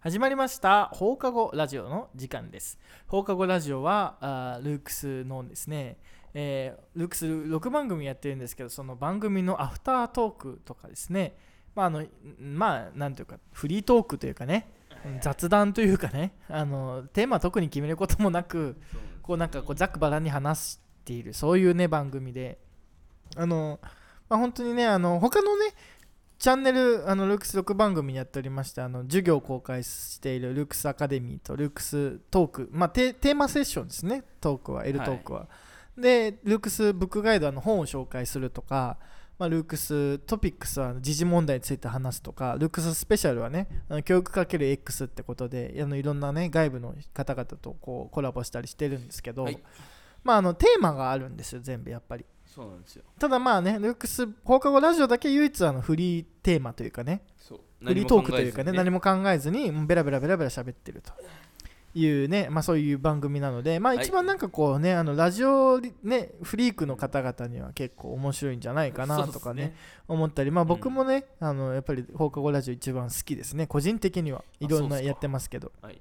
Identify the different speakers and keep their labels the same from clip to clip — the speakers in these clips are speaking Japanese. Speaker 1: 始まりました放課後ラジオの時間です放課後ラジオはあールークスのですね、えールークス6番組やってるんですけどその番組のアフタートークとかですねまああのんまあなんというかフリートークというかね雑談というかねあのテーマ特に決めることもなくこうなんかこうざっくばらんに話しているそういうね番組であの、まあ、本当にねあの他のねチャンネルあのルークス6番組やっておりましてあの授業を公開しているルークスアカデミーとルークストーク、まあ、テテーマセッションですねトークは L トークは、でルークスブックガイドあの本を紹介するとか、まあ、ルークストピックスはあの時事問題について話すとかルークススペシャルはねあの教育 ×X ってことであのいろんなね外部の方々とこうコラボしたりしてるんですけど、
Speaker 2: はい
Speaker 1: まああのテーマがあるんですよ全部やっぱり
Speaker 2: そうなんですよ
Speaker 1: ただまあねルークス放課後ラジオだけ唯一あのフリーテーマというかね
Speaker 2: そう
Speaker 1: フリートークというかね何
Speaker 2: も
Speaker 1: も考えずにもうベラベラベラベラ喋ってるというね、まあ、そういう番組なので、まあ、
Speaker 2: はい
Speaker 1: 一番なんかこうね、あのラジオリ、ね、フリークの方々には結構面白いんじゃないかなとかね思ったり、まあ、僕もね、あのやっぱり放課後ラジオ一番好きですね個人的にはいろん
Speaker 2: そうっ
Speaker 1: な
Speaker 2: すか
Speaker 1: やってますけど。
Speaker 2: はい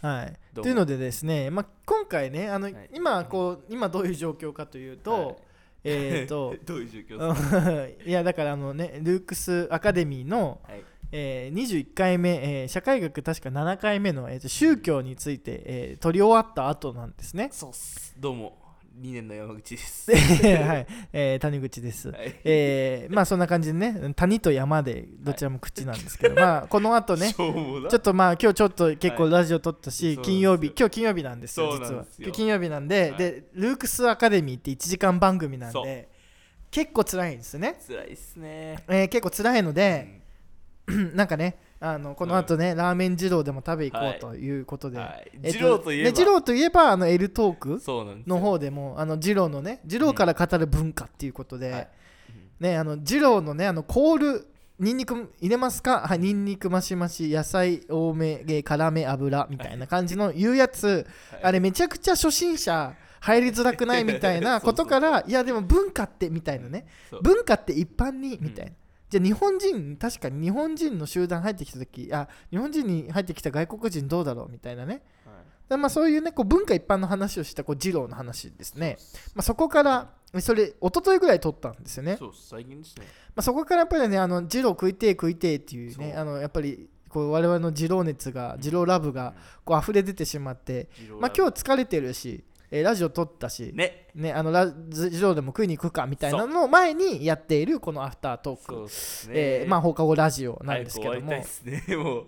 Speaker 1: はい、
Speaker 2: どうも
Speaker 1: というのでですね、まあ、今回ねあの、
Speaker 2: い
Speaker 1: 今こう今どういう状況かというと、
Speaker 2: はい
Speaker 1: えっ、と
Speaker 2: どういう状況
Speaker 1: うんいやだからあのねルークスアカデミーの、
Speaker 2: はい。
Speaker 1: えー21回目、えー社会学確か7回目の、えーと宗教について、えー取り終わった後なんですね
Speaker 2: そうっすどうも2年の山口で す
Speaker 1: はい、えー谷口です。
Speaker 2: はい
Speaker 1: えーまあそんな感じでね谷と山でどちらも口なんですけど、まあこの後 ね
Speaker 2: しょうもな
Speaker 1: ちょっとまあ今日ちょっと結構ラジオ撮った
Speaker 2: はい
Speaker 1: し、
Speaker 2: そうなんですよ
Speaker 1: 金曜日今日金曜日なんですよ
Speaker 2: そうなん
Speaker 1: 実は
Speaker 2: ですよ
Speaker 1: 今日金曜日なんで、
Speaker 2: はい
Speaker 1: でルークスアカデミーって1時間番組なん
Speaker 2: そう
Speaker 1: で結構辛いんですよね、
Speaker 2: 辛いっすね
Speaker 1: えー結構辛いの
Speaker 2: う
Speaker 1: で、
Speaker 2: ん
Speaker 1: なんかねあのこの後ね、ラーメン二郎でも食べ行こうということで、
Speaker 2: はい
Speaker 1: えっ
Speaker 2: 二郎といえば
Speaker 1: ね二郎といえばあの L トーク
Speaker 2: そうなんですよ
Speaker 1: の方でもあの二郎のね二郎から語る文化っていうことで、
Speaker 2: はい
Speaker 1: ねあの二郎のねあのコールにんにく入れますかはいにんにくマシマシ野菜多めえー辛め油みたいな感じの言うやつ、
Speaker 2: はい
Speaker 1: あれめちゃくちゃ初心者入りづらくないみたいな
Speaker 2: そう
Speaker 1: こ
Speaker 2: そ
Speaker 1: と
Speaker 2: うそう
Speaker 1: からいやでも文化ってみたいなね
Speaker 2: そう
Speaker 1: 文化って一般にみたいな、
Speaker 2: う
Speaker 1: じゃあ日本人確かに日本人の集団入ってきた時あ日本人に入ってきた外国人どうだろうみたいなね
Speaker 2: はい
Speaker 1: でまあ、そういうねこう文化一般の話をしたこう二郎の話ですねまあ、そこからそれ一昨日ぐらい撮ったんですよね
Speaker 2: そうっす最近ですね
Speaker 1: まあ、そこからやっぱりねあの二郎食いてえ食いてえっていうね
Speaker 2: そう
Speaker 1: あのやっぱりこう我々の二郎熱が二郎ラブがこう溢れ出てしまって、まあ、今日
Speaker 2: 日
Speaker 1: 疲れてるし、えーラジオ撮ったし、ね
Speaker 2: ね
Speaker 1: あのラ二郎でも食いに行くかみたいなのを前にやっているこのアフタートー
Speaker 2: そう
Speaker 1: ク、
Speaker 2: っすね
Speaker 1: えーまあ、放課後ラジオな
Speaker 2: なんん
Speaker 1: で
Speaker 2: ですす
Speaker 1: け
Speaker 2: け
Speaker 1: ど
Speaker 2: ど
Speaker 1: も、
Speaker 2: も早く終わりたいっすね もう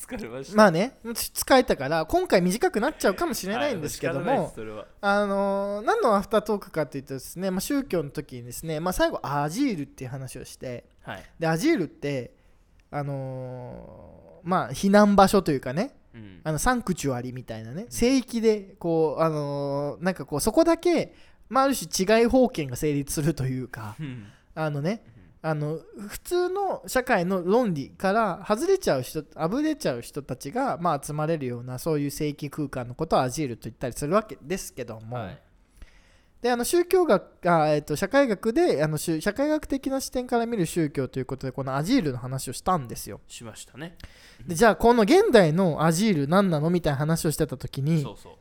Speaker 2: 疲れました
Speaker 1: まあね疲れたから今回短くなっちゃうかもしれないんですけど
Speaker 2: はい仕方ない
Speaker 1: も
Speaker 2: っす、それは
Speaker 1: あのー何のアフタートークかというとですね、まあ、宗教の時にですね、まあ、最後アジールっていう話をして
Speaker 2: はい
Speaker 1: でアジールってあのーまあ避難場所というかね
Speaker 2: うん
Speaker 1: あのサンクチュアリみたいなね聖域でこうあのーなんかこうそこだけ、まあ、ある種違い法権が成立するというか
Speaker 2: うん
Speaker 1: あのねあの普通の社会の論理から外れちゃう人あぶれちゃう人たちが、まあ、集まれるようなそういう聖域空間のことをアジールと言ったりするわけですけども、
Speaker 2: はい
Speaker 1: であの宗教学あ、えっと社会学であの宗社会学的な視点から見る宗教ということでこのアジールの話をしたんですよ
Speaker 2: しましたね
Speaker 1: でじゃあこの現代のアジール何なのみたいな話をしてた時に
Speaker 2: そうそう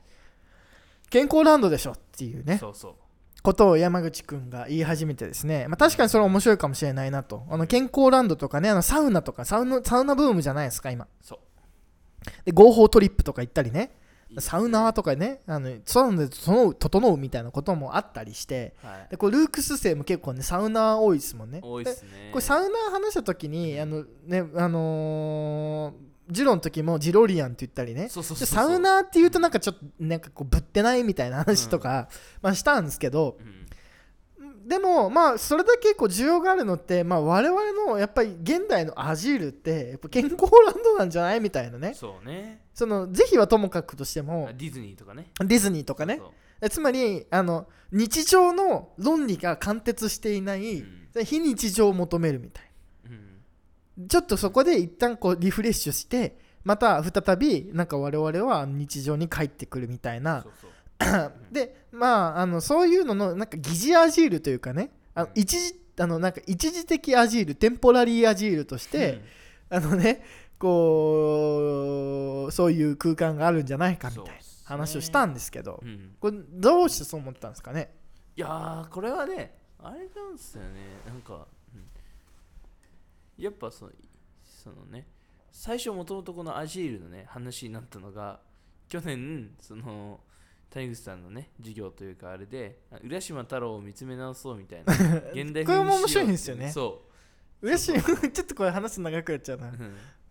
Speaker 1: 健康ランドでしょっていうね
Speaker 2: そうそう
Speaker 1: ことを山口くんが言い始めてですね、まあ、確かにそれ面白いかもしれないなとあの健康ランドとかねあのサウナとかサウナサウナブームじゃないですか今
Speaker 2: そう
Speaker 1: で合法トリップとか行ったりね
Speaker 2: いいですね
Speaker 1: サウナーとかねあのサウナで整う整うみたいなこともあったりして
Speaker 2: はい
Speaker 1: でこうルークス生も結構ねサウナー多いですもんね
Speaker 2: 多いっすね
Speaker 1: これサウナー話した時にあのねあのージロの時もジロリアンって言ったりね
Speaker 2: そうそう
Speaker 1: ち
Speaker 2: そ
Speaker 1: ょ
Speaker 2: う
Speaker 1: サウナーっていうとなんかちょっとなんかこうぶってないみたいな話とか、まあ、したんですけど
Speaker 2: うん
Speaker 1: でもまあそれだけこう需要があるのって、まあ、我々のやっぱり現代のアジールってやっぱ健康ランドなんじゃないみたいなね
Speaker 2: そうね
Speaker 1: その是非はともかくとして
Speaker 2: デ
Speaker 1: も
Speaker 2: ィズニーとかね
Speaker 1: ディズニーとかね
Speaker 2: そう
Speaker 1: えつまりあの日常の論理が貫徹していない、
Speaker 2: うん
Speaker 1: で非日常を求めるみたい
Speaker 2: うん
Speaker 1: なちょっとそこで一旦こうリフレッシュしてまた再びなんか我々は日常に帰ってくるみたいな
Speaker 2: そうそう
Speaker 1: でまああのそういうののなんか疑似アジールというかねあの
Speaker 2: うん
Speaker 1: 一時あのなんか一時的アジールテンポラリーアジールとして、あのねこうそういう空間があるんじゃないかみたいな
Speaker 2: そうっすね
Speaker 1: 話をしたんですけど
Speaker 2: うん、
Speaker 1: これどうしてそう思ったんですかね
Speaker 2: いやーこれはねあれなんですよねなんか、うんやっぱそのそのね最初もともとこのアジールのね話になったのが去年その谷口さんのね授業というかあれであ浦島太郎を見つめ直そうみたい な現代風にしよう
Speaker 1: これも面白いんですよね
Speaker 2: そ
Speaker 1: 嬉しい ちょっとこれ話長くやっちゃうな
Speaker 2: う、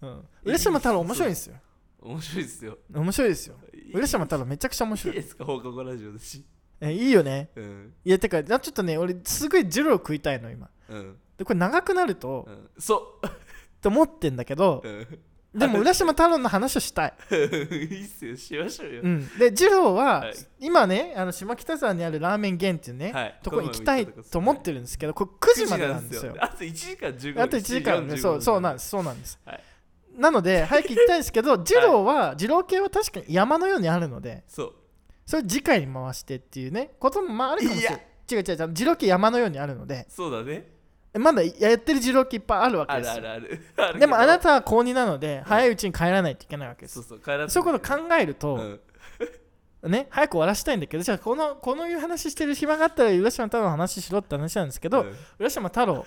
Speaker 2: うん
Speaker 1: うん嬉しいも太郎面白いんですよ
Speaker 2: 面白いですよ
Speaker 1: 面白いですよ
Speaker 2: 嬉
Speaker 1: 嬉
Speaker 2: し
Speaker 1: しいも太郎めちゃくちゃ面
Speaker 2: い
Speaker 1: 白
Speaker 2: い
Speaker 1: い
Speaker 2: ですか放課後ラジオだし
Speaker 1: えいいよね
Speaker 2: うん
Speaker 1: いやてかなちょっとね俺すごいジロー食いたいの今
Speaker 2: うん
Speaker 1: でこれ長くなると、っ
Speaker 2: うんそ
Speaker 1: て思ってんだけど
Speaker 2: う、うん、
Speaker 1: でも浦島太郎の話を したい、
Speaker 2: いいっすよしましょうよ、
Speaker 1: うん、で二郎は、
Speaker 2: はい
Speaker 1: 今ねあの島北沢にあるラーメン源っていうね、
Speaker 2: はい
Speaker 1: とこ行きたいと思ってるんですけどこれ9時までなんですよ
Speaker 2: あと1時間15分。
Speaker 1: あと1時間ねそうそうなん
Speaker 2: で
Speaker 1: ですそうなんです、
Speaker 2: はい。
Speaker 1: なので早く行きたいんですけど二郎は二郎系は確かに山のようにあるのです
Speaker 2: そう。
Speaker 1: それを次回に回してっていうねこともまああるかもしれない
Speaker 2: い
Speaker 1: 違う違う違う二郎系山のようにあるので
Speaker 2: そうだね。
Speaker 1: まだやってる二郎系いっぱいあるわけ
Speaker 2: あ
Speaker 1: です
Speaker 2: る
Speaker 1: よ
Speaker 2: あるある。あるけど
Speaker 1: でもあなたは高2なので早いうちに帰らないといけないわけです
Speaker 2: そうそう、帰ら
Speaker 1: そういうこと考えると、
Speaker 2: ん
Speaker 1: ね、早く終わらしたいんだけど、じゃあこの、このいう話してる暇があったら、浦島太郎の話しろって話なんですけど、
Speaker 2: うん
Speaker 1: 浦島太郎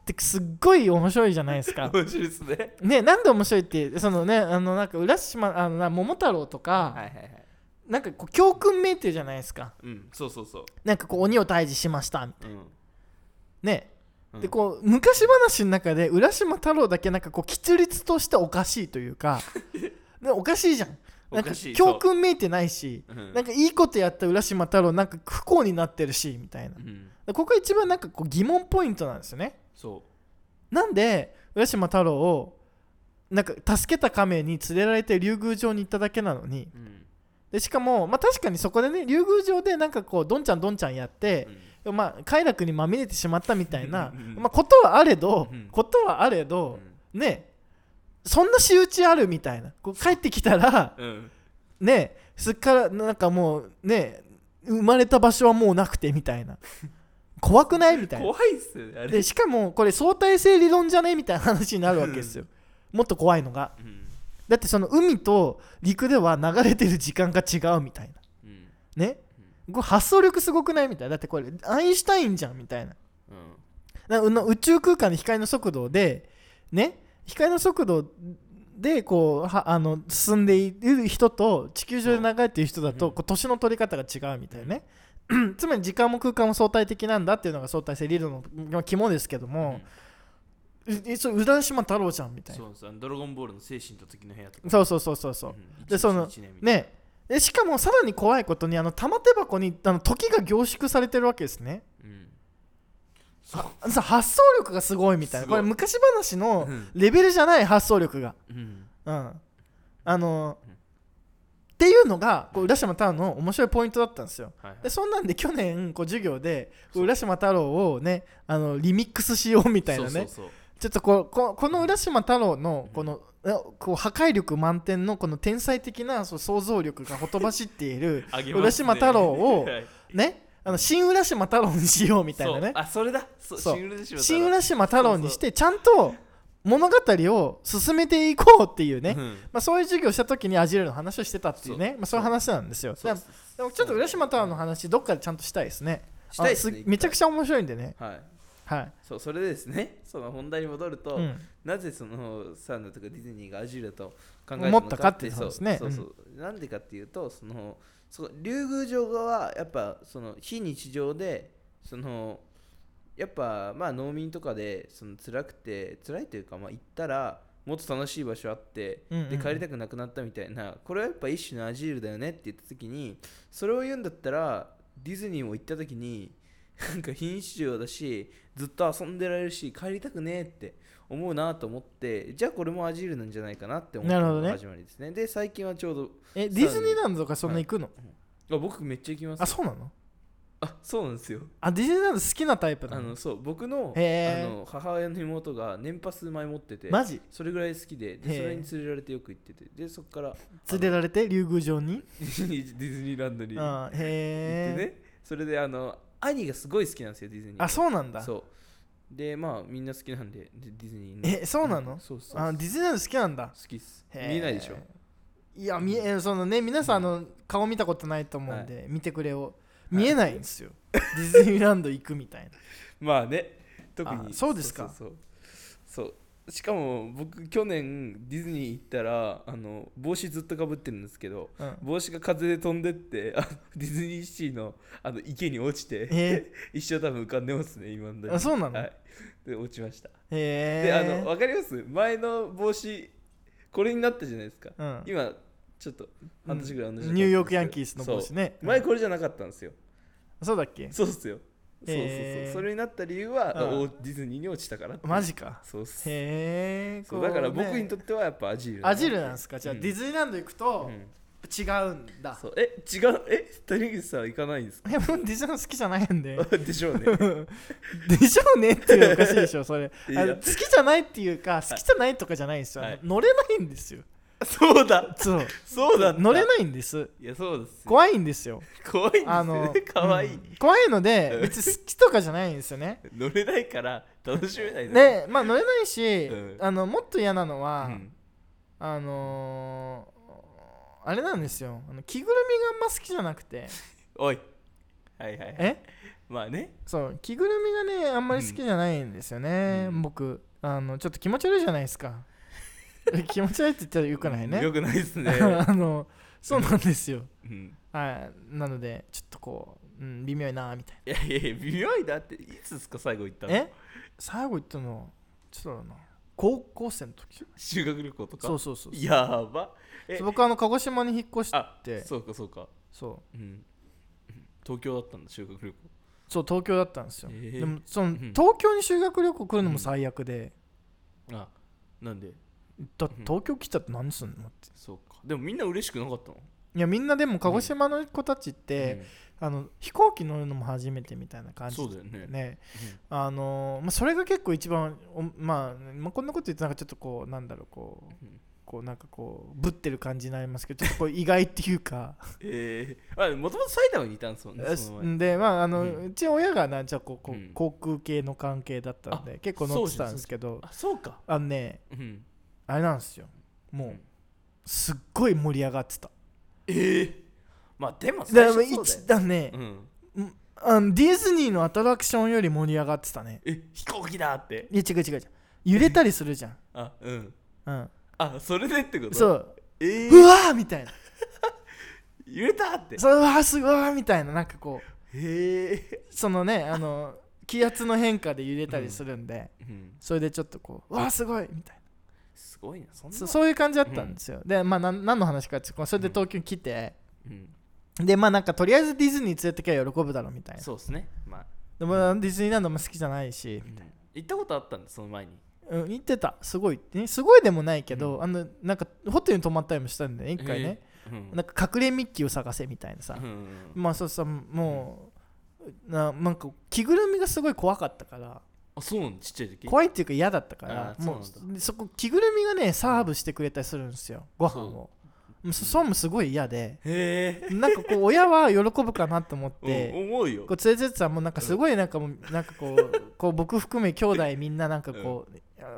Speaker 1: ってすっごい面白いじゃないですか。
Speaker 2: 面白いですね。
Speaker 1: ね、なんで面白いって、そのね、あの、なんか浦島、あのな、桃太郎とか、
Speaker 2: はいはいはい。
Speaker 1: なんかこう、教訓めいてるじゃないですか。
Speaker 2: うん、そうそうそう。
Speaker 1: なんかこう、鬼を退治しました。
Speaker 2: うん。
Speaker 1: ね。
Speaker 2: うん
Speaker 1: でこう昔話の中で浦島太郎だけなんかこう吉立としておかしいという かねおかしいじゃんなん
Speaker 2: お
Speaker 1: か
Speaker 2: かしい。
Speaker 1: 教訓めいてないし
Speaker 2: そう。うん
Speaker 1: なんかいいことやった浦島太郎なんか不幸になってるしみたいな
Speaker 2: うん
Speaker 1: でここが一番なんかこう疑問ポイントなんですよね
Speaker 2: そ
Speaker 1: なんで浦島太郎をなんか助けた亀に連れられて竜宮城に行っただけなのに
Speaker 2: う。うん。
Speaker 1: でしかも、まあ、確かにそこでね竜宮城でなんかこうどんちゃんどんちゃんやって、まあ、快楽にまみれてしまったみたいな
Speaker 2: うん
Speaker 1: まあことはあれど、
Speaker 2: うん
Speaker 1: ことはあれ
Speaker 2: う
Speaker 1: ど、
Speaker 2: ん
Speaker 1: ねそんな仕打ちあるみたいなこう帰ってきたら
Speaker 2: うん。
Speaker 1: ねすっからなんかもうね生まれた場所はもうなくてみた いな怖くないみたいな
Speaker 2: 怖いっすよね、あれ
Speaker 1: で。しかもこれ相対性理論じゃねみたいな話になるわけですよもっと怖いのが
Speaker 2: うん。
Speaker 1: だってその海と陸では流れてる時間が違うみたいな
Speaker 2: うん。
Speaker 1: ねこれ発想力すごくないみたいなだってこれアインシュタインじゃんみたいな
Speaker 2: うん。
Speaker 1: なうの宇宙空間の光の速度でね光の速度でこうはあの進んでいる人と地球上で流れている人だと、
Speaker 2: うん
Speaker 1: こう年の取り方が違うみたいなね、つまり時間も空間も相対的なんだっていうのが相対性理論の肝ですけども、うえそう浦島太郎じゃんみたいな
Speaker 2: そうそう、ドラゴンボールの精神と時の部屋とか。
Speaker 1: そうそうそうそうそう、
Speaker 2: うん
Speaker 1: でその、
Speaker 2: 一日一年みたいな
Speaker 1: ねでしかもさらに怖いことにあの玉手箱にあの時が凝縮されてるわけですね
Speaker 2: うん。そう。
Speaker 1: あのさ発想力がすごいみたいな
Speaker 2: すご
Speaker 1: こ
Speaker 2: い
Speaker 1: れ昔話の
Speaker 2: うん
Speaker 1: レベルじゃない発想力が
Speaker 2: うん。
Speaker 1: うんあの
Speaker 2: うん
Speaker 1: っていうのがこう浦島太郎の面白いポイントだったんですよ
Speaker 2: はいはい
Speaker 1: でそんなんで去年こう授業でこう浦島太郎をねあのリミックスしようみたいなね
Speaker 2: そうそうそう
Speaker 1: ちょっとこうここの浦島太郎のこの、えこう破壊力満点のこの天才的なそう想像力がほとばしってい る
Speaker 2: あげますね
Speaker 1: 浦島太郎を
Speaker 2: はい
Speaker 1: ねあの新浦島太郎にしようみたいなね
Speaker 2: そうあそれだそう
Speaker 1: そう
Speaker 2: 新浦島太郎
Speaker 1: 新浦島太郎にしてちゃんと物語を進めていこうっていうね、
Speaker 2: うん
Speaker 1: まあ、そういう授業をした時にアジールの話をしてたっていうねそう,、まあ、そういう話なんですよ
Speaker 2: そう
Speaker 1: だからでもちょっと浦島太郎の話どっかでちゃんとしたいですね
Speaker 2: したいです
Speaker 1: あ
Speaker 2: ね
Speaker 1: めちゃくちゃ面白いんでね
Speaker 2: はい
Speaker 1: はい、
Speaker 2: そうそれでですねその本題に戻ると、
Speaker 1: うん、
Speaker 2: なぜそのサンダとかディズニーがアジュールだと考えたの
Speaker 1: 思ったかっていう
Speaker 2: そう
Speaker 1: 話ですね
Speaker 2: そうそうなんでかっていうとそのそう竜宮城側はやっぱその非日常でそのやっぱまあ農民とかでその辛くて辛いというかまあ行ったらもっと楽しい場所あって、
Speaker 1: うんうんうん
Speaker 2: で帰りたくなくなったみたいなこれはやっぱ一種のアジールだよねって言った時にそれを言うんだったらディズニーも行った時になんか品種上だしずっと遊んでられるし帰りたくねえって思うなと思ってじゃあこれもアジールなんじゃないかなって思った
Speaker 1: なるほ
Speaker 2: の
Speaker 1: どね
Speaker 2: が始まりですねで最近はちょう
Speaker 1: えディズニーランドとかそんな行くの、
Speaker 2: どあ僕めっちゃ行きます
Speaker 1: あそうなの
Speaker 2: あそうなんですよ
Speaker 1: あディズニーランド好きなタイプな
Speaker 2: あ
Speaker 1: の
Speaker 2: のそう僕のあ
Speaker 1: へー
Speaker 2: の母親の妹が年パス前持ってて
Speaker 1: マジ
Speaker 2: それぐらい好きで
Speaker 1: へ
Speaker 2: で
Speaker 1: ー
Speaker 2: それに連れられてよく行っててでそっから
Speaker 1: 連れられて竜宮城に
Speaker 2: ディズニーディズニーランドに行っ
Speaker 1: あー
Speaker 2: て
Speaker 1: へえ、
Speaker 2: ねそれであの兄がすごい好きなんですよディズニー
Speaker 1: あそうなんだ
Speaker 2: そうでまあみんな好きなんででディズニーね
Speaker 1: えそうなの
Speaker 2: そうそう
Speaker 1: あ
Speaker 2: 好
Speaker 1: ディズニーランド好きなんだ
Speaker 2: きっす見
Speaker 1: へー
Speaker 2: えないでしょ
Speaker 1: いや見えそのね皆さんあの顔見たことないと思うんで、見てくれを見えないんですよ、ディズニーランド行くみたいな
Speaker 2: まあね特に
Speaker 1: あそうですか
Speaker 2: そうそうそうそうしかも僕去年ディズニー行ったらあの帽子ずっとかぶってるんですけど
Speaker 1: うん
Speaker 2: 帽子が風で飛んでってあディズニーシーのあの池に落ちて、
Speaker 1: え
Speaker 2: 一生多分浮かんでますね今の
Speaker 1: あそうなの、
Speaker 2: はいで落ちました、
Speaker 1: へ
Speaker 2: であ
Speaker 1: え
Speaker 2: の分かります前の帽子これになったじゃないですか、
Speaker 1: うん
Speaker 2: 今ちょっと半年ぐらい同じ、
Speaker 1: ニューヨークヤンキースの帽子
Speaker 2: そう
Speaker 1: ね
Speaker 2: 前
Speaker 1: うん
Speaker 2: これじゃなかったんですよ、
Speaker 1: そうだっけ
Speaker 2: そうっすよ、そうそう
Speaker 1: へ
Speaker 2: そ
Speaker 1: ー
Speaker 2: うそれになった理由は、
Speaker 1: うん
Speaker 2: おディズニーに落ちたからっていう
Speaker 1: マジか
Speaker 2: そうっす
Speaker 1: へえ
Speaker 2: そうだから僕にと
Speaker 1: っ
Speaker 2: ってはやっぱアジールだ
Speaker 1: アジルなんですかじゃあ
Speaker 2: うん
Speaker 1: ディズニーランド行く
Speaker 2: う
Speaker 1: と
Speaker 2: ん
Speaker 1: 違うんだ、
Speaker 2: そうえ違うえ谷口さんは行かないんですか
Speaker 1: いやもうディズニーランド好きじゃないん で
Speaker 2: でしょうね
Speaker 1: でしょうねっていうのおかしいでしょそれ
Speaker 2: いや
Speaker 1: あの好きじゃないっていうか好きじゃないとかじゃないんですよ、
Speaker 2: はい
Speaker 1: 乗れないんですよ
Speaker 2: そうだ
Speaker 1: そう
Speaker 2: そうだった
Speaker 1: 乗れないんです
Speaker 2: いやそうです
Speaker 1: 怖いんですよ
Speaker 2: 怖いんです
Speaker 1: あ
Speaker 2: よ
Speaker 1: の
Speaker 2: ね 可愛い
Speaker 1: うん怖いので
Speaker 2: うん
Speaker 1: 別に好きとかじゃないんですよね
Speaker 2: 乗れないから楽しめないです
Speaker 1: でまあ乗れないし、
Speaker 2: うん
Speaker 1: あのもっと嫌なの
Speaker 2: う
Speaker 1: は、
Speaker 2: ん
Speaker 1: あのーあれなんですよあの着ぐるみがあんま好きじゃなくて
Speaker 2: おいはいはいはい
Speaker 1: え
Speaker 2: まあね
Speaker 1: そう着ぐるみがねあんまり好きじゃないんですよね、
Speaker 2: うん
Speaker 1: 僕あのちょっと気持ち悪いじゃないです か気持ち悪いって言ったらよくないね
Speaker 2: よくないで すね
Speaker 1: あのそうなんですよ
Speaker 2: うん
Speaker 1: はいなのでちょっとこう、うん、微妙いなみたい
Speaker 2: いやいやいや微妙いだっていつですか最後行った
Speaker 1: な
Speaker 2: の
Speaker 1: え最後言ったのちょっとだな高校生の時
Speaker 2: 修学旅行とか
Speaker 1: そうそうそう
Speaker 2: やばえ
Speaker 1: そう僕あの鹿児島に引っ越し
Speaker 2: あ
Speaker 1: て
Speaker 2: そうかそうか
Speaker 1: そう
Speaker 2: うん東京だったんだ修学旅行
Speaker 1: そう東京だったんですよ、
Speaker 2: えー
Speaker 1: でもその
Speaker 2: ん
Speaker 1: 東京に修学旅行来るのも最悪で、
Speaker 2: あなんで
Speaker 1: だって東京来ちゃって何すんのって
Speaker 2: そうかでもみんな嬉しくなかったの
Speaker 1: いやみんなでも鹿児島の子たちって、あの飛行機乗るのも初めてみたいな
Speaker 2: う
Speaker 1: 感
Speaker 2: ん
Speaker 1: じ
Speaker 2: そうだよね
Speaker 1: ねあのまあ、それが結構一番お、まあ、まあこんなこと言ってなんかちょっとこうなんだろうこう
Speaker 2: うん
Speaker 1: こうなんかこうぶってる感じになりますけどちょ っとこう意外っていうか
Speaker 2: えーあもともと埼玉にいたんですもんねその前
Speaker 1: んでまああの、
Speaker 2: う
Speaker 1: うんち親がなんちゃこうこう
Speaker 2: うん
Speaker 1: 航空系の関係だったんで結構乗ってたんですけど
Speaker 2: あそうか
Speaker 1: あのね
Speaker 2: うん
Speaker 1: あれなんですよもう、
Speaker 2: うん
Speaker 1: すっごい盛り上がってた
Speaker 2: ええまあでも最
Speaker 1: だから
Speaker 2: 初そうだよ
Speaker 1: 一だね
Speaker 2: う、ん
Speaker 1: あのディズニーのアトラクションより盛り上がってたね
Speaker 2: え飛行機だって
Speaker 1: いや違う違う違う揺れたりするじゃん、
Speaker 2: あうん
Speaker 1: うん、
Speaker 2: あそれでってこと
Speaker 1: そうう
Speaker 2: え
Speaker 1: う
Speaker 2: ー、
Speaker 1: わーみたいな
Speaker 2: 揺れたって
Speaker 1: そううわーすごいみたいななんかこう
Speaker 2: へえ
Speaker 1: そのねあの気圧の変化で揺れたりするんで、
Speaker 2: うん
Speaker 1: それでちょっとこううわーすごいみたい
Speaker 2: すごいなそん
Speaker 1: な
Speaker 2: な
Speaker 1: そそういう感じだったんですよ、でまあなん何の話かっていうとそれで東京に来て、
Speaker 2: うん、
Speaker 1: でまあなんかとりあえずディズニー連れてきゃ喜ぶだろうみたいな
Speaker 2: そうですねまあ
Speaker 1: でもディズニーランドも好きじゃないし、
Speaker 2: 行ったことあったんでその前に
Speaker 1: うん、行ってたすごい、ね、すごいでもないけど、
Speaker 2: うん
Speaker 1: あのなんかホテルに泊まったりもしたんでね一回ね、
Speaker 2: えーうん
Speaker 1: なんか隠れミッキーを探せみたいなさ、
Speaker 2: うん
Speaker 1: まあそうさもうななんか着ぐるみがすごい怖かったから
Speaker 2: あそうなのちっちゃい時
Speaker 1: 怖いっていうか嫌だったか
Speaker 2: あ
Speaker 1: ら
Speaker 2: ー
Speaker 1: もう
Speaker 2: そう
Speaker 1: そ
Speaker 2: なん
Speaker 1: こ着ぐるみがねサーブしてくれたりするんですよご飯をもうそそうもすごい嫌で
Speaker 2: へえ
Speaker 1: なんかこう親は喜ぶかなと思って、
Speaker 2: 思うよ
Speaker 1: こう連れてってたらもうなんかすごいなんかもうなんかこ うこう僕含め兄弟みんななんかこ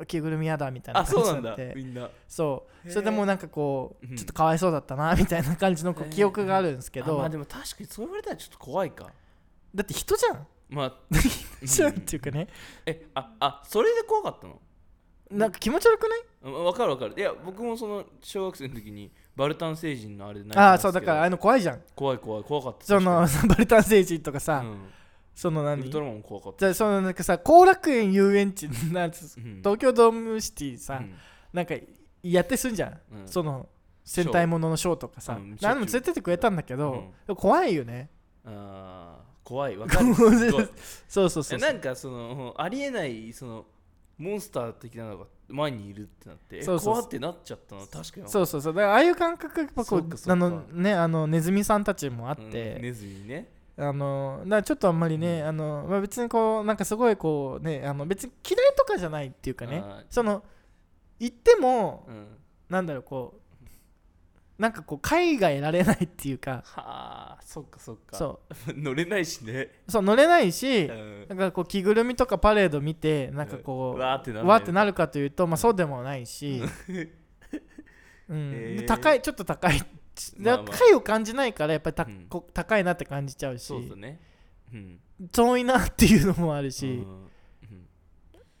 Speaker 1: う、着ぐるみやだみたいな
Speaker 2: あ
Speaker 1: 感
Speaker 2: そう
Speaker 1: じに
Speaker 2: なん
Speaker 1: なっ
Speaker 2: だ
Speaker 1: て
Speaker 2: みんな
Speaker 1: そう
Speaker 2: へー
Speaker 1: それでもうなんかこ
Speaker 2: うん
Speaker 1: うちょっとかわいそうだったなみたいな感じのこ
Speaker 2: へ
Speaker 1: う
Speaker 2: ー
Speaker 1: 記憶があるんですけ
Speaker 2: あ
Speaker 1: ど
Speaker 2: まあ
Speaker 1: だ
Speaker 2: でも確かにそう言われたらちょっと怖いか
Speaker 1: って人じゃん
Speaker 2: ま あ
Speaker 1: 人じゃんっていうかね
Speaker 2: えああそれで怖かったの
Speaker 1: なんか気持ち悪くない
Speaker 2: うんわかるわかるいや僕もその小学生の時にバルタン星人のあれで泣いて
Speaker 1: あ
Speaker 2: ま
Speaker 1: あ
Speaker 2: す
Speaker 1: そう
Speaker 2: け
Speaker 1: だ
Speaker 2: ど
Speaker 1: からああいうの怖いじゃん
Speaker 2: 怖い怖い怖かった
Speaker 1: そのバルタン星人とか
Speaker 2: 確か
Speaker 1: さ、
Speaker 2: にうん
Speaker 1: その
Speaker 2: ウ
Speaker 1: 何
Speaker 2: ルトラマンも怖かった
Speaker 1: じゃあそのなんかさ後楽園遊園地のなんつ
Speaker 2: うん
Speaker 1: 東京ドームシティさ、
Speaker 2: うん
Speaker 1: なんかやってすんじゃん、
Speaker 2: うん
Speaker 1: その戦隊もののショーとかさ、
Speaker 2: うん
Speaker 1: 何も連れてってくれたんだけ
Speaker 2: うん
Speaker 1: ど、でも怖いよね
Speaker 2: あー怖いわかる
Speaker 1: ごめんなさい
Speaker 2: すごい
Speaker 1: そうそうそうそう
Speaker 2: なんかそのありえないそのモンスター的なのが前にいるってなって
Speaker 1: そうそうそう
Speaker 2: 怖ってなっちゃったの確かに
Speaker 1: そうそうそうだからああいう感覚がこ
Speaker 2: そうっかそっか
Speaker 1: あのねあのネズミさんたちもあっ
Speaker 2: うん
Speaker 1: て、
Speaker 2: ネズミね
Speaker 1: あのだからちょっとあんまりね、
Speaker 2: うん
Speaker 1: あのまあ、別にこうなんかすごいこうねあの別に嫌いとかじゃないっていうかね
Speaker 2: あー
Speaker 1: その行っても
Speaker 2: うん
Speaker 1: なんだろうこうなんかこう海外られないっていうか
Speaker 2: はあそっかそっか
Speaker 1: そ
Speaker 2: 乗れないしね
Speaker 1: うそう乗れないうし
Speaker 2: ん
Speaker 1: なんかこう着ぐるみとかパレード見てなんかこう、
Speaker 2: うんわーってなるね
Speaker 1: わーるかというと、まあ、そうでもない し、うん
Speaker 2: へー
Speaker 1: 高いちょっと高い
Speaker 2: まあまあ
Speaker 1: 高いを感じないからやっぱりた、
Speaker 2: うん
Speaker 1: こ高いなって感じちゃうし
Speaker 2: そうだねうん
Speaker 1: 遠いなっていうのもある
Speaker 2: う
Speaker 1: し、
Speaker 2: んうん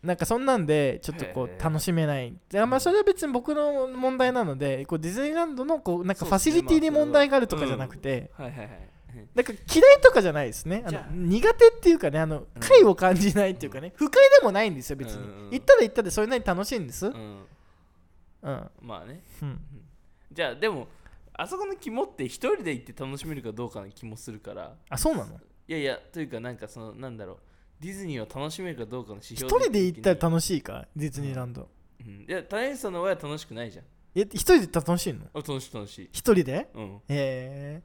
Speaker 1: なんかそんなんでちょっとこ
Speaker 2: へ
Speaker 1: う
Speaker 2: ー
Speaker 1: 楽しめないでまあそれは別に僕の問題なのでこうディズニーランドのこうなんか
Speaker 2: そう
Speaker 1: フ
Speaker 2: で
Speaker 1: ァ
Speaker 2: すね
Speaker 1: シリティに問題があると
Speaker 2: ま
Speaker 1: か
Speaker 2: あ
Speaker 1: じ
Speaker 2: そ
Speaker 1: ゃ
Speaker 2: れは
Speaker 1: なくて、
Speaker 2: はいはいはいうん
Speaker 1: なんか嫌いとかじゃないですねあ
Speaker 2: じ
Speaker 1: の
Speaker 2: ゃあ
Speaker 1: 苦手っていうかねあの快を感じないっていうかね、不快でもないんですよ別に、
Speaker 2: うん
Speaker 1: 行ったら行ったでそれなりに楽しいんです、
Speaker 2: うん
Speaker 1: うん
Speaker 2: まあね
Speaker 1: うん、
Speaker 2: じゃあでもあそこの肝って一人で行って楽しめるかどうかの気もするから
Speaker 1: あそうなの
Speaker 2: いやいやというかなんかそのなんだろうディズニーを楽しめるかどうかの
Speaker 1: 一
Speaker 2: 指標
Speaker 1: 人で行ったら
Speaker 2: ら、
Speaker 1: 楽しいかディズニーランド、
Speaker 2: うん、いや谷口さんの場合は楽しくないじゃん
Speaker 1: え一人で行ったら楽しいの
Speaker 2: あ楽しい楽しい
Speaker 1: 一人で
Speaker 2: うん
Speaker 1: え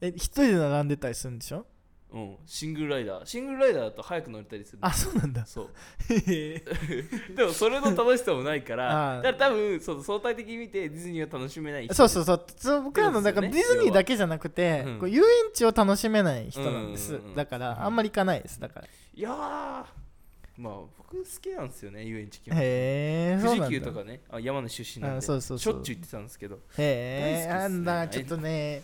Speaker 1: ー、え一人で並んでたりするんでしょ
Speaker 2: うんシングルライダーシングルライダーだと早く乗れたりする
Speaker 1: あそうなん だ
Speaker 2: そう
Speaker 1: へー
Speaker 2: でもそれの楽しさもない か
Speaker 1: あ
Speaker 2: ら
Speaker 1: ー
Speaker 2: だから多分その相対的に見てディズニーを楽しめない人
Speaker 1: そうそうそうそう僕らの
Speaker 2: っ
Speaker 1: だ
Speaker 2: てこ
Speaker 1: か
Speaker 2: と
Speaker 1: ら
Speaker 2: ですよね
Speaker 1: ディズニーだけじゃなくて、
Speaker 2: 要はうん
Speaker 1: こう遊園地を楽しめない人なんです、
Speaker 2: うんうんうん
Speaker 1: だから、
Speaker 2: うん
Speaker 1: あんまり行かないですだから
Speaker 2: いやーまあ僕好きなんですよね遊園地基本
Speaker 1: へえそ
Speaker 2: 富
Speaker 1: うな
Speaker 2: 士
Speaker 1: ん
Speaker 2: 急
Speaker 1: だ
Speaker 2: とかねあ山の出身なん
Speaker 1: あ
Speaker 2: で
Speaker 1: そうそうそう
Speaker 2: しょっちゅう行ってたんですけど
Speaker 1: へえ
Speaker 2: 大好きっ
Speaker 1: あ
Speaker 2: すね
Speaker 1: んなちょっとね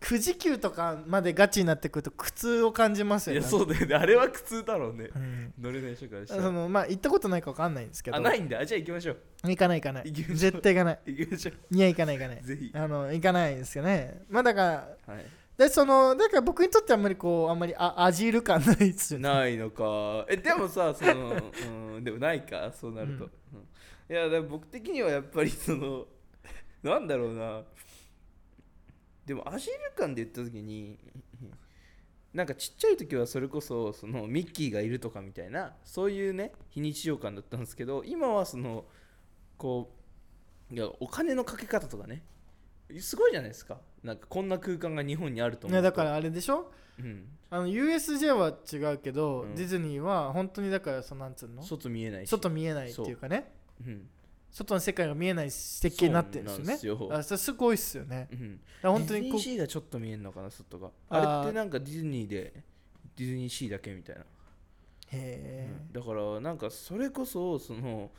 Speaker 1: くじ球とかまでガチになってくると苦痛を感じます
Speaker 2: い
Speaker 1: よ
Speaker 2: や
Speaker 1: ね
Speaker 2: そうだよねあれは苦痛だろうね
Speaker 1: うん
Speaker 2: 乗れない人からした
Speaker 1: そ
Speaker 2: ら
Speaker 1: のまあ行ったことないか分かんないんですけど
Speaker 2: あないんだあじゃあ行きましょう
Speaker 1: 行かない行かない
Speaker 2: 行きましょう
Speaker 1: 絶対行かない
Speaker 2: 行きましょ
Speaker 1: いや行かない行かないう
Speaker 2: ぜひ
Speaker 1: あの行かないですよねまあだから
Speaker 2: はい
Speaker 1: でそのだから僕にとってはあんまりこうあんまりあ味いる感ないですよね
Speaker 2: ないのかえでもさそのうんでもないかそうなると、うんいやでも僕的にはやっぱりその なんだろうなでもアジール感で言った時になんかちっちゃい時はそれこそそのミッキーがいるとかみたいなそういうね非日常感だったんですけど今はそのこういやお金のかけ方とかねすごいじゃないですかなんかこんな空間が日本にあると
Speaker 1: い
Speaker 2: 思
Speaker 1: う
Speaker 2: と
Speaker 1: やだからあれでしょ
Speaker 2: うん、
Speaker 1: あの USJ は違うけど、
Speaker 2: うん
Speaker 1: ディズニーは本当にだからそのなんつうの
Speaker 2: 外見えないし、
Speaker 1: 外見えないっていうかね
Speaker 2: うん
Speaker 1: 外の世界が見えない設計になってるんですよね
Speaker 2: そうなんですよ
Speaker 1: あそれすごいっすよね
Speaker 2: うん、
Speaker 1: だから本当に
Speaker 2: ディズニ
Speaker 1: こ
Speaker 2: ーシーがちょっと見えるのかな外が
Speaker 1: あー
Speaker 2: あれってなんかディズニーでディズニーシーだけみたいな、
Speaker 1: うへ
Speaker 2: うんだからなんかそれこそその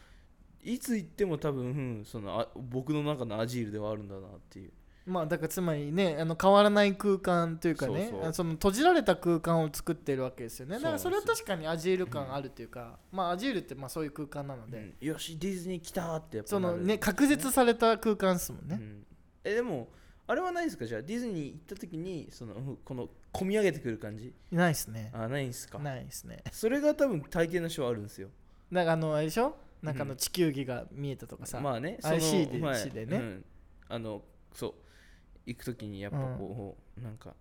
Speaker 2: いつ行っても多分そのあ僕の中のアジールではあるんだなっていう
Speaker 1: えまあだからつまりねあの変わらない空間というかね
Speaker 2: そうそう
Speaker 1: あその閉じられた空間を作ってるわけですよねだから
Speaker 2: そ
Speaker 1: そう
Speaker 2: な
Speaker 1: れ
Speaker 2: ん
Speaker 1: は
Speaker 2: ですよ
Speaker 1: 確かにアジール感あるというか、まあアジールってまあそういう空間なので、
Speaker 2: うんよしディズニー来たーってやっぱ
Speaker 1: その
Speaker 2: なる
Speaker 1: ね確実された空間ですもん
Speaker 2: う
Speaker 1: ね、
Speaker 2: んえでもあれはないですかじゃあディズニー行った時にそのうんこの込み上げてくる感じ
Speaker 1: ないっすね
Speaker 2: あないんすか
Speaker 1: ないっすね
Speaker 2: それが多分大抵の人はあるんですよ
Speaker 1: なんかあのあれでしょなんかあ
Speaker 2: う
Speaker 1: の
Speaker 2: ん
Speaker 1: 地球儀が見えたとかさ、
Speaker 2: まあね、
Speaker 1: あれ C で
Speaker 2: はい
Speaker 1: C でね
Speaker 2: うんあの、そう、行くときにやっぱこう、なんか、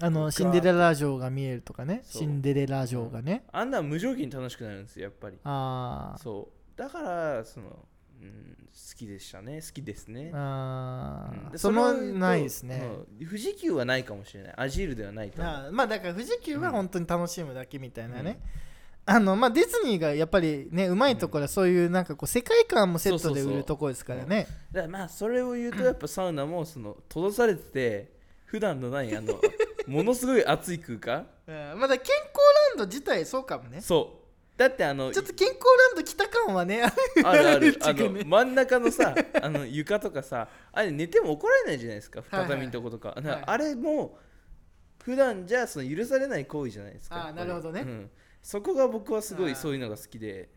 Speaker 2: うん
Speaker 1: あのシンデレラ城が見えるとかね
Speaker 2: そう
Speaker 1: シンデレラ城がね、
Speaker 2: あんな無条件に楽しくなるんですよ、やっぱり。
Speaker 1: あー
Speaker 2: そう、だから、その、うん、好きでしたね、好きですね。
Speaker 1: あ
Speaker 2: うん
Speaker 1: ー、
Speaker 2: で
Speaker 1: その
Speaker 2: れを言うと
Speaker 1: ないですね、
Speaker 2: うん富士急はないかもしれないアジールではないと思う
Speaker 1: あーまあだから富士急は
Speaker 2: うん
Speaker 1: 本当に楽しむだけみたいなね、あのまあディズニーがやっぱりねうまいところはそういうなんかこう世界観もセットで
Speaker 2: そうそうそう
Speaker 1: 売るとこですからね
Speaker 2: だからまあそれを言うとやっぱサウナもその閉ざされてて普段のないあ のものすごい暑い空間
Speaker 1: うんまあだから健康ランド自体そうかもね
Speaker 2: そうだってあの
Speaker 1: ちょっと健康ランド来た感はね
Speaker 2: あるあ
Speaker 1: あるっ
Speaker 2: る
Speaker 1: て
Speaker 2: あ
Speaker 1: い
Speaker 2: の
Speaker 1: うね
Speaker 2: 真ん中のさ あの床とかさあれ寝ても怒られないじゃないですか
Speaker 1: はいはい
Speaker 2: 畳のとことか,、
Speaker 1: はい
Speaker 2: あれも普段じゃその許されない行為じゃないですか
Speaker 1: あー
Speaker 2: やっぱり
Speaker 1: なるほどね
Speaker 2: うんそこが僕はすご
Speaker 1: あ
Speaker 2: い
Speaker 1: ー
Speaker 2: そういうのが好きで、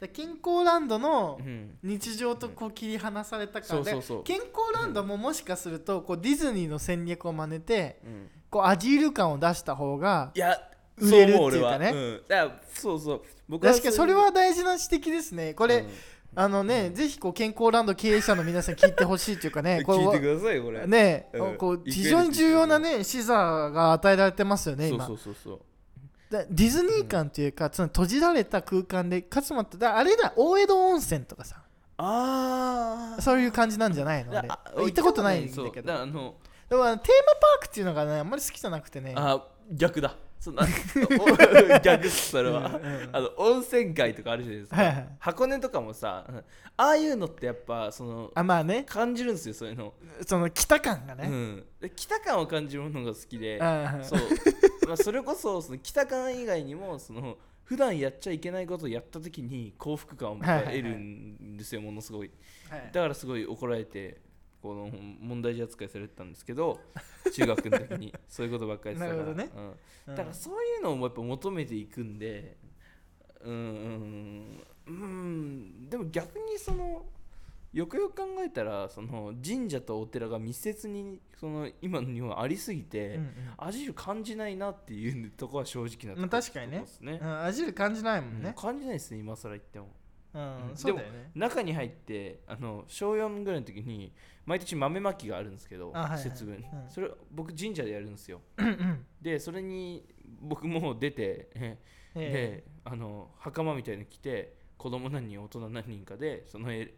Speaker 1: だから健康ランドの
Speaker 2: うん、
Speaker 1: 日常とこう切り離された感
Speaker 2: そう
Speaker 1: で
Speaker 2: そうそう、
Speaker 1: 健康ランドももしかするとこうディズニーの戦略を真似て
Speaker 2: うん、
Speaker 1: こうアジール感を出した方が
Speaker 2: いや
Speaker 1: 売れるっていうかね
Speaker 2: そう思俺はうん、だからそうそう僕
Speaker 1: 確かにそれ
Speaker 2: うい
Speaker 1: は大事な指摘ですねこ
Speaker 2: う
Speaker 1: れ、
Speaker 2: うん
Speaker 1: あのね、ぜひこう健康ランド経営者の皆さん聞いてほしいというか ね
Speaker 2: 聞いて
Speaker 1: こ
Speaker 2: くださいよこれ
Speaker 1: うね、
Speaker 2: うん
Speaker 1: こう
Speaker 2: いくら
Speaker 1: 非常に重要なね資産が与えられてますよね
Speaker 2: そう
Speaker 1: 今
Speaker 2: そうそうそう
Speaker 1: だディズニー感というか、つまり閉じられた空間でかつまただあれだ大江戸温泉とかさ
Speaker 2: あー
Speaker 1: そういう感じなんじゃないのあれ
Speaker 2: だあ
Speaker 1: 行ったことないんだ
Speaker 2: そう
Speaker 1: けど
Speaker 2: からあの
Speaker 1: だからテーマパークっていうのがねあんまり好きじゃなくてね
Speaker 2: あ逆だ そのお逆っすそれは、
Speaker 1: うんうん
Speaker 2: あの温泉街とかあるじゃないですか、
Speaker 1: はいはい
Speaker 2: 箱根とかもさうんああいうのってやっぱその
Speaker 1: あまあね
Speaker 2: 感じるんですよそういうの、
Speaker 1: その北感が
Speaker 2: う
Speaker 1: ね、
Speaker 2: ん、で北感を感じるものが好きで
Speaker 1: ああ
Speaker 2: そう、まあ、それこそその北感以外にもその普段やっちゃいけないことをやった時に幸福感を僕は得るんですよ、ものすごい
Speaker 1: はい
Speaker 2: だからすごい怒られてこの問題児扱いされてたんですけど中学の時 にそういうことばっかりしてたから
Speaker 1: なるほどね
Speaker 2: うん
Speaker 1: うん
Speaker 2: だからそういうのをやっぱ求めていくんでうんうんうんでも逆にそのよくよく考えたらその神社とお寺が密接にその今の日本はありすぎて、
Speaker 1: うん
Speaker 2: 味を感じないなっていうとこは正直なとこ
Speaker 1: まあ確かにね
Speaker 2: とこですね
Speaker 1: う、んうん、味感じないもん
Speaker 2: うん
Speaker 1: ね、
Speaker 2: 感じないですね今更言っても
Speaker 1: うん
Speaker 2: うん
Speaker 1: そうだよね
Speaker 2: 中に入ってあの小4ぐらいの時に毎年豆まきがあるんですけど、
Speaker 1: あはいはい
Speaker 2: 節分、
Speaker 1: うん
Speaker 2: それ僕神社でやるんですよ
Speaker 1: うんうん
Speaker 2: でそれに僕も出て、え
Speaker 1: え
Speaker 2: であの袴みたいに着て子供何人大人何人かでそのえ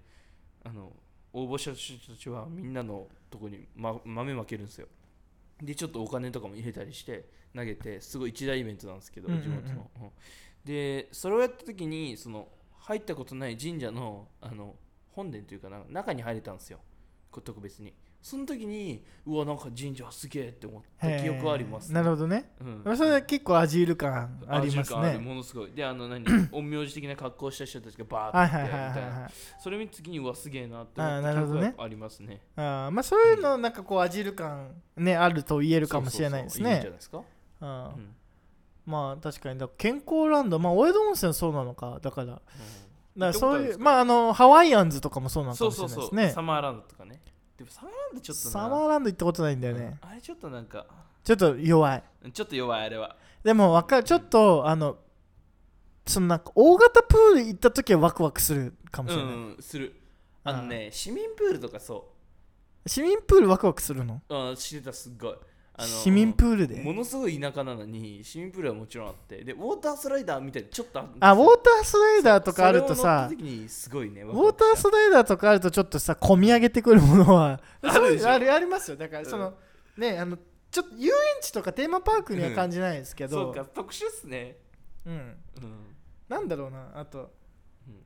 Speaker 2: あの応募者たちはみんなのとこに、ま、豆まけるんですよでちょっとお金とかも入れたりして投げてすごい一大イベントなんですけど
Speaker 1: うんうんうん
Speaker 2: 地元の、うんでそれをやった時にその入ったことない神社のあの本殿というかな中に入れたんですよこう特別にその時にうわなんか神社すげえって思った
Speaker 1: え
Speaker 2: 記憶はあります、
Speaker 1: なるほどね、
Speaker 2: うん
Speaker 1: まあそれは結構味いる感あります
Speaker 2: アジカある
Speaker 1: ね
Speaker 2: ものすごい。で、あの何、陰陽師的な格好をした人たちがバー
Speaker 1: はい
Speaker 2: って
Speaker 1: はい
Speaker 2: やっ
Speaker 1: はい
Speaker 2: てみ
Speaker 1: はい
Speaker 2: たいな。
Speaker 1: はい
Speaker 2: それ見た時に、うわ、すげえなって
Speaker 1: あ
Speaker 2: 思
Speaker 1: ー
Speaker 2: った
Speaker 1: なるほどね
Speaker 2: 記憶はありますね。
Speaker 1: あーまあそういうのなんかこう味いる感ねあると言えるかもしれないですね
Speaker 2: そうそうそういいんじ
Speaker 1: うん
Speaker 2: ゃないですか。うん
Speaker 1: まあ確かにだから健康ランドまあ大江戸温泉そうなのかだからだか
Speaker 2: う
Speaker 1: らそうい
Speaker 2: 行ったことあるんです
Speaker 1: う
Speaker 2: か
Speaker 1: まああのハワイアンズとかもそうなんのか
Speaker 2: そ
Speaker 1: も
Speaker 2: う
Speaker 1: し
Speaker 2: そ
Speaker 1: れ
Speaker 2: う
Speaker 1: ないですね
Speaker 2: そう。サマーランドとかね。でも、サマーランドちょっとな。
Speaker 1: サマーランド行ったことないんだよね
Speaker 2: うんあれちょっとなんか、
Speaker 1: ちょっと弱い
Speaker 2: ちょっと弱い、あれは。
Speaker 1: でもわかるちょっとあのそのなんか大型プール行った時はワクワクするかも
Speaker 2: う
Speaker 1: しれない、
Speaker 2: ん、する。あのね、市民プールとかそ
Speaker 1: 市民プールワクワクするの
Speaker 2: う。うん、してた、すっごい。あの
Speaker 1: 市民プールで
Speaker 2: ものすごい田舎なのに、市民プールはもちろんあって、で、ウォータースライダーみたいな、ちょっとるんですよ
Speaker 1: あウォータースライダーとかあるとさ
Speaker 2: それを乗った時にすごいね。
Speaker 1: ウォータースライダーとかあるとちょっとさ込み上げてくるものは
Speaker 2: あるでしょ
Speaker 1: そうあるありますよだから
Speaker 2: うん
Speaker 1: その、ねあのちょっと遊園地とかテーマパークには感じないですけ
Speaker 2: そ
Speaker 1: ど、
Speaker 2: うか、特殊っすね。
Speaker 1: うん、
Speaker 2: うん。
Speaker 1: なんだろうなあと、
Speaker 2: うん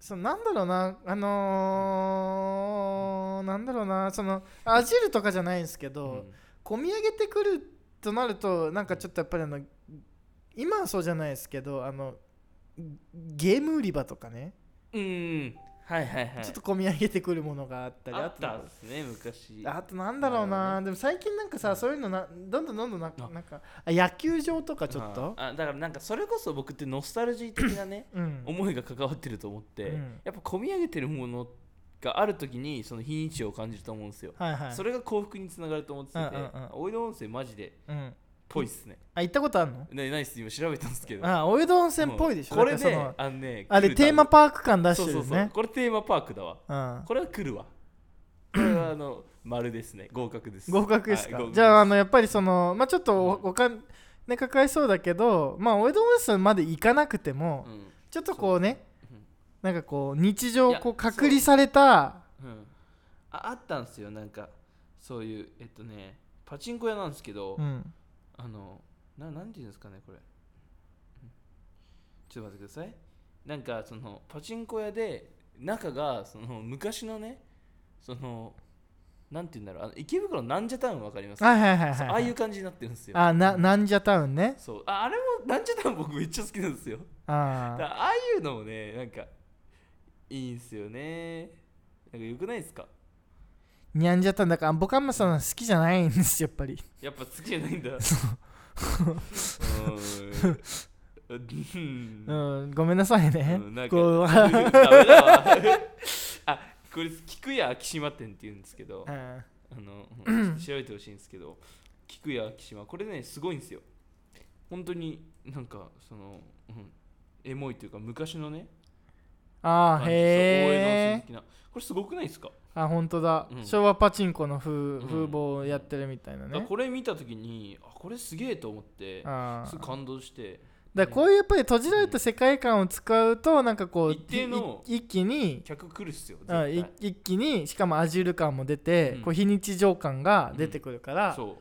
Speaker 1: そのなんだろうなあのーなんだろうなそのアジルとかじゃないんですけど、込み上げてくるとなるとなんかちょっとやっぱりあの今はそうじゃないですけどあのゲーム売り場とかね、
Speaker 2: うん。うん。はいはいはい。
Speaker 1: ちょっと込み上げてくるものがあったり
Speaker 2: あ
Speaker 1: あ
Speaker 2: っ
Speaker 1: と
Speaker 2: たんですね、昔。
Speaker 1: あとなんだろうな
Speaker 2: なるほど
Speaker 1: でも最近なんかさそういうのなどんどんどんどんななんかあ野球場とかちょっと
Speaker 2: ああだからなんかそれこそ僕ってノスタルジー的なね、
Speaker 1: うん
Speaker 2: 思いが関わってると思って、
Speaker 1: うん
Speaker 2: やっぱ込み上げてるものがあるときに、その日にちを感じると思うんですよ。
Speaker 1: はいはい
Speaker 2: それが幸福につながると思ってて、
Speaker 1: うんうんうん
Speaker 2: 大井戸温泉マジで、
Speaker 1: うん
Speaker 2: ぽいっすね。
Speaker 1: あ行ったことあるの
Speaker 2: ねないっす、今調べたんですけど。
Speaker 1: あ大江戸温泉っぽいでしょ
Speaker 2: もうこれ
Speaker 1: なんかそ
Speaker 2: ね
Speaker 1: の、
Speaker 2: あのね、
Speaker 1: あれ
Speaker 2: 来るな
Speaker 1: テーマパーク感出し
Speaker 2: そう
Speaker 1: てる
Speaker 2: そ
Speaker 1: よ
Speaker 2: うそう
Speaker 1: ね
Speaker 2: これテーマパークだわ
Speaker 1: うん
Speaker 2: これは来るわこれはあの丸ですね合格です
Speaker 1: 合格ですか
Speaker 2: はい合格
Speaker 1: じゃああのやっぱりそのまあちょっとお
Speaker 2: うん
Speaker 1: お金かかりそうだけどまあ大江戸温泉まで行かなくても
Speaker 2: うん
Speaker 1: ちょっとこうね
Speaker 2: そううん
Speaker 1: なんかこう日常こ
Speaker 2: いうや
Speaker 1: 隔離された
Speaker 2: うんああったんですよなんかそういうえっとねパチンコ屋なんですけど、
Speaker 1: うん
Speaker 2: あのななんていうんですかねこれうんちょっと待ってくださいなんかそのパチンコ屋で中がその昔のねそのなんていうんだろうあの池袋のなんじゃタウンわかります
Speaker 1: はいはいはいはい
Speaker 2: ああいう感じになってるんですよ
Speaker 1: あななんじゃタウンね
Speaker 2: そうああれもなんじゃタウン僕めっちゃ好きなんですよ
Speaker 1: あ
Speaker 2: だ
Speaker 1: ー
Speaker 2: からああいうのもねなんかいいんすよねなんかよくないですか
Speaker 1: にゃんじゃったんだから僕あんまその好きじゃないんですやっぱり
Speaker 2: やっぱ好きじゃないんだうーん
Speaker 1: う
Speaker 2: う
Speaker 1: ん
Speaker 2: ん
Speaker 1: ごめんなさいね、
Speaker 2: うんなんか
Speaker 1: こう
Speaker 2: ダメだわあこれ菊屋昭島店って言うんですけど
Speaker 1: うん
Speaker 2: あのうん調べてほしいんですけど菊屋昭島これねすごいんですよ本当になんかその、うん、エモいというか昔のね
Speaker 1: あ
Speaker 2: 感
Speaker 1: ー
Speaker 2: じ
Speaker 1: へえ
Speaker 2: そう応援の好きなこれすごくないですか
Speaker 1: あ本当だ、
Speaker 2: うん
Speaker 1: 昭和パチンコの風
Speaker 2: ん
Speaker 1: 風貌をやってるみたいな
Speaker 2: だから
Speaker 1: ね、
Speaker 2: これ見た時にあこれすげえと思って
Speaker 1: あ
Speaker 2: す
Speaker 1: ー
Speaker 2: ごい感動して
Speaker 1: だからこういうやっぱり閉じられた世界観を使うとなんかこう
Speaker 2: 一定の
Speaker 1: い一気に
Speaker 2: 客来るっすよ絶
Speaker 1: うん
Speaker 2: 対
Speaker 1: い一気にしかもアジュール感も出て、
Speaker 2: うん
Speaker 1: こう非日常感が出てくるから、
Speaker 2: そ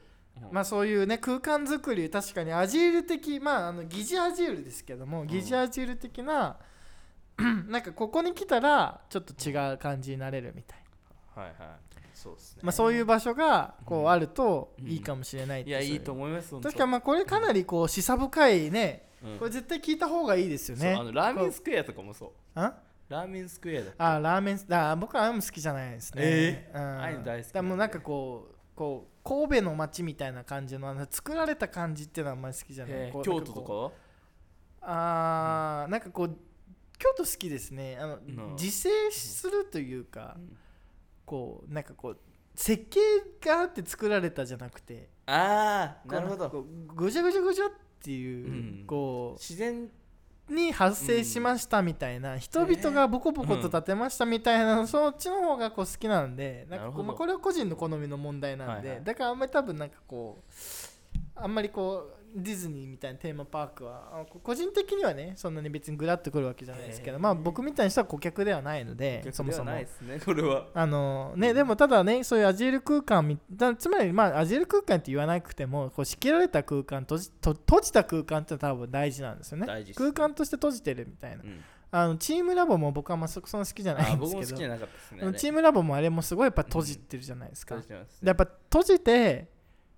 Speaker 1: まあ、そういうね空間づくり確かにアジール的まああの疑似アジールですけども
Speaker 2: ん
Speaker 1: 疑似アジール的な、 なんかここに来たらちょっと違う感じになれるみたいな、
Speaker 2: はいはいそうですね
Speaker 1: まあ、そういう場所がこ
Speaker 2: う
Speaker 1: うんあると
Speaker 2: うん
Speaker 1: いいかもしれないって
Speaker 2: いや
Speaker 1: そう
Speaker 2: いいと思います
Speaker 1: 確かにまあこれかなりこう示唆深いね
Speaker 2: に
Speaker 1: これ絶対聞いた方がいいですよね
Speaker 2: あのラーメンスクエアとかもそう
Speaker 1: あ
Speaker 2: ラーメンスクエアだ
Speaker 1: あラーメンあ僕はああいうの好きじゃないですね
Speaker 2: え
Speaker 1: うん
Speaker 2: ああいうの大好きなんで
Speaker 1: だからもうなんかこうこう神戸の街みたいな感じのあの作られた感じっていうのはあんまり好きじゃない
Speaker 2: へー
Speaker 1: こう
Speaker 2: 京
Speaker 1: なん
Speaker 2: 都
Speaker 1: かことう
Speaker 2: かは
Speaker 1: あーなんかこう京都好きですねあの、
Speaker 2: うん
Speaker 1: 自制するというか、こうなんかこう設計があって作られたじゃなくて
Speaker 2: ああなる
Speaker 1: こ
Speaker 2: ほど
Speaker 1: うぐちゃぐちゃぐちゃっていう、
Speaker 2: うん
Speaker 1: こ
Speaker 2: 自然
Speaker 1: うに発生しましたみたいな、人々がボコボコと建てましたみたいな、そっちの方がこう好きなんでなんか
Speaker 2: なる
Speaker 1: こ
Speaker 2: ほ
Speaker 1: う、
Speaker 2: ど
Speaker 1: まあ、これは個人の好みの問題なんで、
Speaker 2: はいはい
Speaker 1: だからあんまり多分なんかこうあんまりこうディズニーみたいなテーマパークはあのこ個人的にはねそんなに別にグラッとくるわけじゃないですけど、
Speaker 2: ええ
Speaker 1: まあ僕みたいな人は顧客ではないのでそ
Speaker 2: 逆
Speaker 1: も
Speaker 2: で
Speaker 1: そ
Speaker 2: は
Speaker 1: も
Speaker 2: ないですねこれは
Speaker 1: あのね、でもただねそういうアジール空間みだつまりまあアジール空間って言わなくてもこう仕切られた空間閉じと閉じた空間って多分大事なんですよね
Speaker 2: 大事っす
Speaker 1: 空間として閉じてるみたいな
Speaker 2: うん
Speaker 1: あのチームラボも僕はあんまそそんな好きじゃ
Speaker 2: あ
Speaker 1: ない
Speaker 2: ー
Speaker 1: んで
Speaker 2: 僕
Speaker 1: す
Speaker 2: も
Speaker 1: け
Speaker 2: 好き
Speaker 1: ど
Speaker 2: じゃなかったですね
Speaker 1: あ
Speaker 2: あ
Speaker 1: の
Speaker 2: れ
Speaker 1: チームラボもあれもすごいやっぱ閉じてるじゃないですか、
Speaker 2: 閉じてますね
Speaker 1: でやっぱ閉じて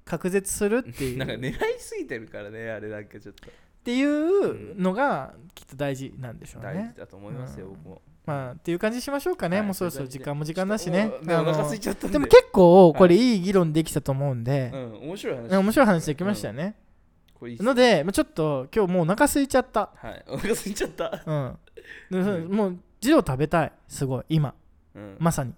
Speaker 1: 隔絶するっていう
Speaker 2: なんか狙いすぎてるからねあれなんかちょっと
Speaker 1: っていうのがきっと大事なんでしょう
Speaker 2: 大
Speaker 1: ね
Speaker 2: 事。だと思います
Speaker 1: う
Speaker 2: よ
Speaker 1: ん
Speaker 2: 僕も
Speaker 1: まあっていう感じしましょうかね、
Speaker 2: はい
Speaker 1: もうそろそろ時間も時間だ
Speaker 2: だ
Speaker 1: しね。
Speaker 2: お
Speaker 1: あの
Speaker 2: 腹空いちゃったん
Speaker 1: で
Speaker 2: で
Speaker 1: も結構これいい議論できたと思うんで、
Speaker 2: うん面白い話
Speaker 1: ね面白い話できましたよね。
Speaker 2: これいいっす
Speaker 1: ので、まあちょっと今日もうお腹空いちゃった。
Speaker 2: はいお腹空いちゃった
Speaker 1: うん。で
Speaker 2: うん
Speaker 1: もう、ジロー食べたい。すごい、今、
Speaker 2: うん
Speaker 1: まさに。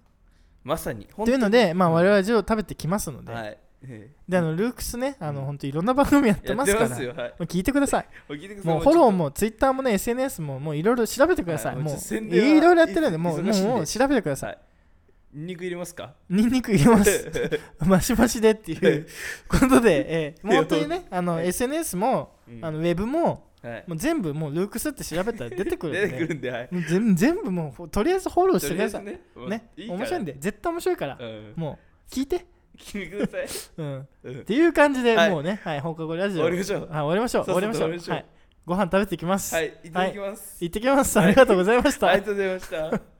Speaker 2: まさに
Speaker 1: というので、まあ
Speaker 2: うん
Speaker 1: 我々ジロー食べてきますので、
Speaker 2: はいええ
Speaker 1: で、あの、ルークスね、あの、
Speaker 2: うん
Speaker 1: 本当いろんな番組やって
Speaker 2: や
Speaker 1: ま
Speaker 2: っ
Speaker 1: す
Speaker 2: て
Speaker 1: から、
Speaker 2: ますよはい
Speaker 1: もう聞いてくだ さい。
Speaker 2: お聞いてください
Speaker 1: もうフォローも、ツイッターもね、SNS も、もういろいろ調べてください。
Speaker 2: はい
Speaker 1: も
Speaker 2: もう
Speaker 1: う、
Speaker 2: 宣
Speaker 1: い
Speaker 2: 伝はい
Speaker 1: ろいろやってるんで、もう、
Speaker 2: 忙しいんで
Speaker 1: もう調べてください。
Speaker 2: はいニンニク入れま すか
Speaker 1: ニンニク入れ ます。マシマシでっていうことで、えー、もう本当にね、あの、
Speaker 2: はい
Speaker 1: SNS も、
Speaker 2: うん
Speaker 1: あのウェブも、
Speaker 2: はい
Speaker 1: もう全部もうルークスって調べたら出てくるんで
Speaker 2: 出てくるんではい
Speaker 1: もう全全部もうとりあえずフォローしてくださいね
Speaker 2: とりあえずねうん
Speaker 1: 面白いん
Speaker 2: で
Speaker 1: で絶対面白いから、
Speaker 2: うん
Speaker 1: もう聞いて、
Speaker 2: 聞いてください
Speaker 1: うん、っ
Speaker 2: うん
Speaker 1: ていう感じ で、
Speaker 2: はい
Speaker 1: もうねはい放課後ラジ
Speaker 2: 終
Speaker 1: オ
Speaker 2: わり
Speaker 1: はい
Speaker 2: ましょう
Speaker 1: 終わりましょう終わ
Speaker 2: さっさ
Speaker 1: りましょう
Speaker 2: と終わりましょう
Speaker 1: はいご飯食べてきます、
Speaker 2: はいいただきます
Speaker 1: 行ってきます
Speaker 2: はい
Speaker 1: ありがとうございました、
Speaker 2: ありがとうございました